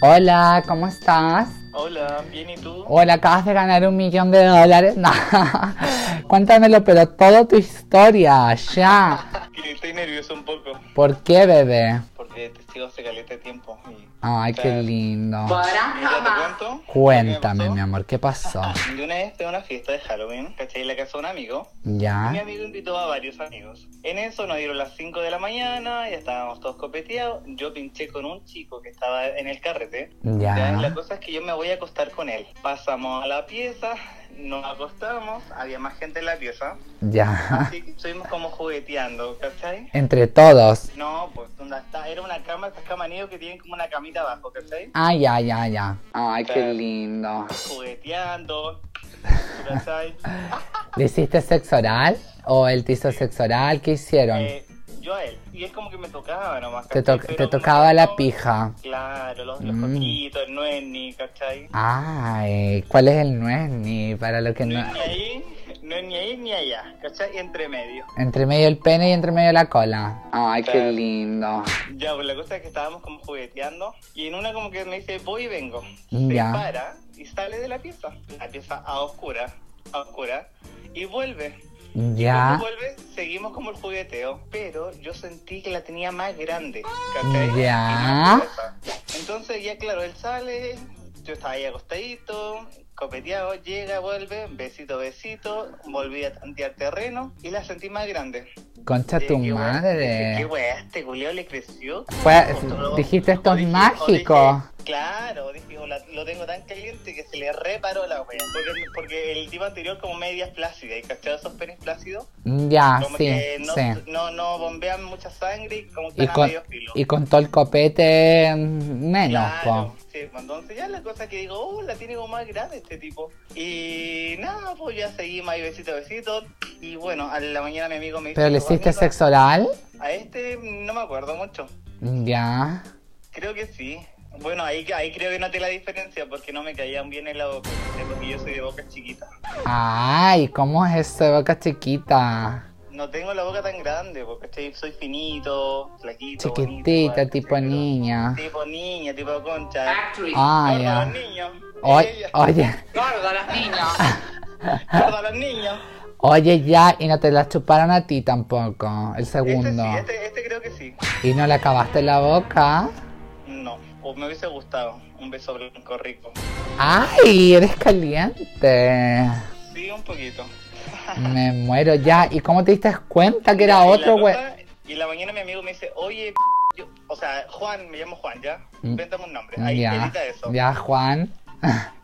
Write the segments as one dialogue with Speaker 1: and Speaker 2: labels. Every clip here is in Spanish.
Speaker 1: Hola, ¿cómo estás?
Speaker 2: Hola, bien, ¿y tú?
Speaker 1: Hola, acabas de ganar un millón de dólares. No. Cuéntamelo, pero toda tu historia, ya.
Speaker 2: Que Estoy nervioso un poco
Speaker 1: ¿Por qué, bebé?
Speaker 2: porque te sigo hace caleta de tiempo. Y,
Speaker 1: Ay, qué lindo.
Speaker 2: Mira, te cuento.
Speaker 1: Cuéntame, mi
Speaker 2: amor.
Speaker 1: amor, ¿qué pasó?
Speaker 2: De una vez fui a una fiesta de Halloween, ¿cachai? En la casa de un amigo. Mi
Speaker 1: ¿Ya?
Speaker 2: amigo invitó a varios amigos. En eso nos dieron las 5 de la mañana, ya estábamos todos copeteados. Yo pinché con un chico que estaba en el carrete. Ya, La
Speaker 1: Ya.
Speaker 2: cosa es que yo me voy a acostar con él. Pasamos a la pieza, nos acostamos, había más gente en la pieza.
Speaker 1: Ya.
Speaker 2: Así que estuvimos como jugueteando, ¿cachai?
Speaker 1: Entre todos.
Speaker 2: No, pues onda está, era una cama, estas camas nido que tienen como una camita abajo, ¿cachai?
Speaker 1: Ay, Ah, ya, ya, ya. Ay, qué lindo.
Speaker 2: Jugueteando, ¿cachai? Eh,
Speaker 1: ¿Le hiciste sexo oral? ¿O él te hizo sexo oral? ¿Qué hicieron?
Speaker 2: Eh, yo a él. Y él como que me tocaba nomás,
Speaker 1: Te,
Speaker 2: ¿cachai?
Speaker 1: to-
Speaker 2: Pero
Speaker 1: te
Speaker 2: como
Speaker 1: tocaba
Speaker 2: no-
Speaker 1: la pija.
Speaker 2: Claro, los, los
Speaker 1: Mm.
Speaker 2: coquitos, el nueni, ¿cachai?
Speaker 1: Ay, ¿cuál es el nuez? Ni para lo que
Speaker 2: No
Speaker 1: no...
Speaker 2: es ni ahí, no es ni ahí ni allá, ¿cachai? Entre medio.
Speaker 1: Entre medio el pene y entre medio la cola. Ay, qué
Speaker 2: Claro.
Speaker 1: lindo.
Speaker 2: Ya, pues la cosa es que estábamos como jugueteando y en una como que me dice, voy y vengo.
Speaker 1: Ya.
Speaker 2: Se para y sale de la pieza. La pieza a oscura, a oscura, y vuelve.
Speaker 1: Ya,
Speaker 2: Cuando vuelve, seguimos como el jugueteo, pero yo sentí que la tenía más grande, ¿cachai?
Speaker 1: Ya.
Speaker 2: Y más gruesa. Entonces ya, claro, él sale, yo estaba ahí acostadito, copeteado, llega, vuelve, besito, besito, volví a tantear terreno y la sentí más grande.
Speaker 1: concha tu
Speaker 2: Dije, "Qué wea- Qué
Speaker 1: madre.
Speaker 2: wea, este culiao le creció.
Speaker 1: Fue-
Speaker 2: Otro-
Speaker 1: dijiste, esto
Speaker 2: o
Speaker 1: es
Speaker 2: dije- o
Speaker 1: mágico.
Speaker 2: dije, Claro, dije, "O la- lo tengo tan caliente que se le reparó la wea. Porque, porque el tipo anterior como media plácida, ¿y cachado esos penes plácidos?
Speaker 1: Ya,
Speaker 2: como
Speaker 1: sí,
Speaker 2: que no,
Speaker 1: sí.
Speaker 2: no, no bombean mucha sangre y como que
Speaker 1: Y
Speaker 2: están a
Speaker 1: con,
Speaker 2: medio filo.
Speaker 1: y con todo el copete mm, menos,
Speaker 2: Claro,
Speaker 1: po.
Speaker 2: sí, pues, entonces ya la cosa que digo, oh, la tiene como más grande este tipo. Y nada, pues ya seguimos ahí besito a besito. Y bueno, a la mañana mi amigo me dice...
Speaker 1: ¿Pero le hiciste
Speaker 2: "Juanito,
Speaker 1: sexo oral?
Speaker 2: A este no me acuerdo mucho.
Speaker 1: Ya.
Speaker 2: Creo que sí. Bueno, ahí, ahí creo que noté la diferencia porque no me caían bien en la boca, porque yo soy de boca chiquita.
Speaker 1: Ay, ¿cómo es eso de boca chiquita?
Speaker 2: No tengo la boca tan grande, porque estoy, soy finito, flaquito.
Speaker 1: Chiquitita,
Speaker 2: bonito, eh,
Speaker 1: tipo niña.
Speaker 2: Tipo niña, tipo concha.
Speaker 1: Ah,
Speaker 2: Gordo a
Speaker 1: ya.
Speaker 2: los niños.
Speaker 1: Oye,
Speaker 2: Ella,
Speaker 1: oye, ah,
Speaker 2: gordo a los niños.
Speaker 1: oye, ya, y no te la chuparon a ti tampoco, el
Speaker 2: Este
Speaker 1: segundo.
Speaker 2: sí, este, este creo que sí.
Speaker 1: Y no le acabaste la boca.
Speaker 2: No, o me hubiese gustado. Un beso blanco rico.
Speaker 1: ¡Ay! Eres caliente.
Speaker 2: Sí, un poquito.
Speaker 1: Me muero ya. ¿Y cómo te diste cuenta Ah, que era
Speaker 2: Y la
Speaker 1: otro güey?
Speaker 2: cosa- Y la mañana mi amigo me dice, oye, yo- o sea, Juan, me llamo Juan, ¿ya?
Speaker 1: Mm.
Speaker 2: Inventame un nombre. Ahí
Speaker 1: Ya,
Speaker 2: edita eso.
Speaker 1: ya, Juan.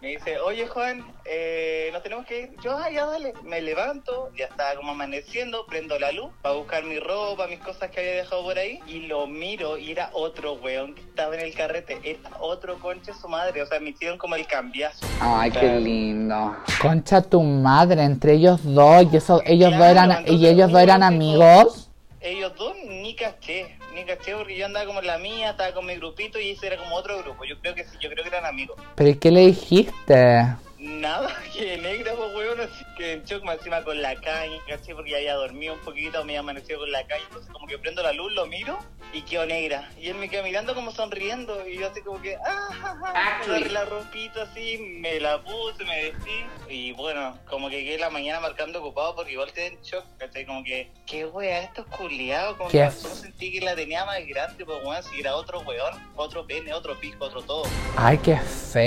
Speaker 2: Me dice, oye Juan, eh, nos tenemos que ir. Yo, ah, ya dale. Me levanto, ya estaba como amaneciendo, prendo la luz para buscar mi ropa, mis cosas que había dejado por ahí. Y lo miro y era otro weón que estaba en el carrete. Era otro conche su madre. O sea, me hicieron como el cambiazo.
Speaker 1: Ay,
Speaker 2: Claro.
Speaker 1: lindo. Concha tu madre, entre ellos dos. Y eso, ellos
Speaker 2: Claro,
Speaker 1: dos eran,
Speaker 2: entonces,
Speaker 1: y ellos dos eran
Speaker 2: uno dijo-
Speaker 1: amigos.
Speaker 2: Ellos dos ni caché, ni caché porque yo andaba como en la mía, estaba con mi grupito y ese era como otro grupo. Yo creo que sí, yo creo que eran amigos.
Speaker 1: ¿Pero ¿y qué le dijiste?
Speaker 2: Nada, que negra, pues weón, así que en shock más encima con la caña, ¿cachai? Porque ya había dormido un poquito, me había amanecido con la caña, entonces como que prendo la luz, lo miro y quedo negra. Y él me queda mirando como sonriendo y yo así como que, ah, ja, ja", me agarré la ropita así, me la puse, me vestí y bueno, como que quedé la mañana marcando ocupado porque igual te en shock, ¿cachai? Como que, qué wea, estos culiados, como
Speaker 1: ¿Qué?
Speaker 2: que pasó, sentí que la tenía más grande, pues weón, si era otro weón, otro pene, otro pico, otro todo.
Speaker 1: Ay, qué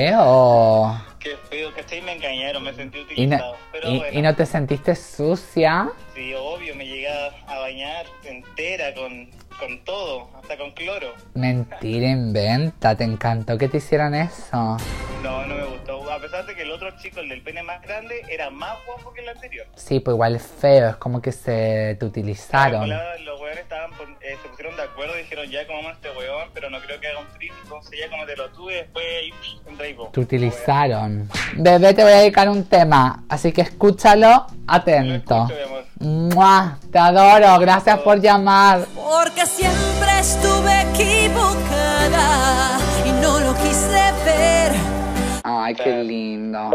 Speaker 1: feo.
Speaker 2: Qué feo, ¿cachai? Me engañaron, me sentí
Speaker 1: ¿Y no,
Speaker 2: utilizado. pero
Speaker 1: y-
Speaker 2: bueno,
Speaker 1: y no te sentiste sucia?
Speaker 2: sí, obvio, me llegaba a bañar entera con, con todo, hasta con cloro.
Speaker 1: Mentira, inventa. Te encantó que te hicieran eso.
Speaker 2: No, no me gustó. A pesar de que el otro chico, el del pene más grande, era más guapo que el anterior.
Speaker 1: Sí, pues igual es feo. Es como que se te utilizaron.
Speaker 2: Calculaba, Los weones estaban, por- eh, se pusieron de acuerdo y dijeron, ya comamos a este weón, pero no creo que haga un trip, entonces ya como te lo tuve, después ahí, psh, entra y po.
Speaker 1: Te utilizaron. Bebé, te voy a dedicar un tema, así que escúchalo
Speaker 2: Lo
Speaker 1: atento.
Speaker 2: escucho, mi amor.
Speaker 1: ¡Mua! Te adoro, gracias por llamar.
Speaker 3: Porque siempre estuve equivocada y no lo quise ver.
Speaker 1: Ay, qué lindo.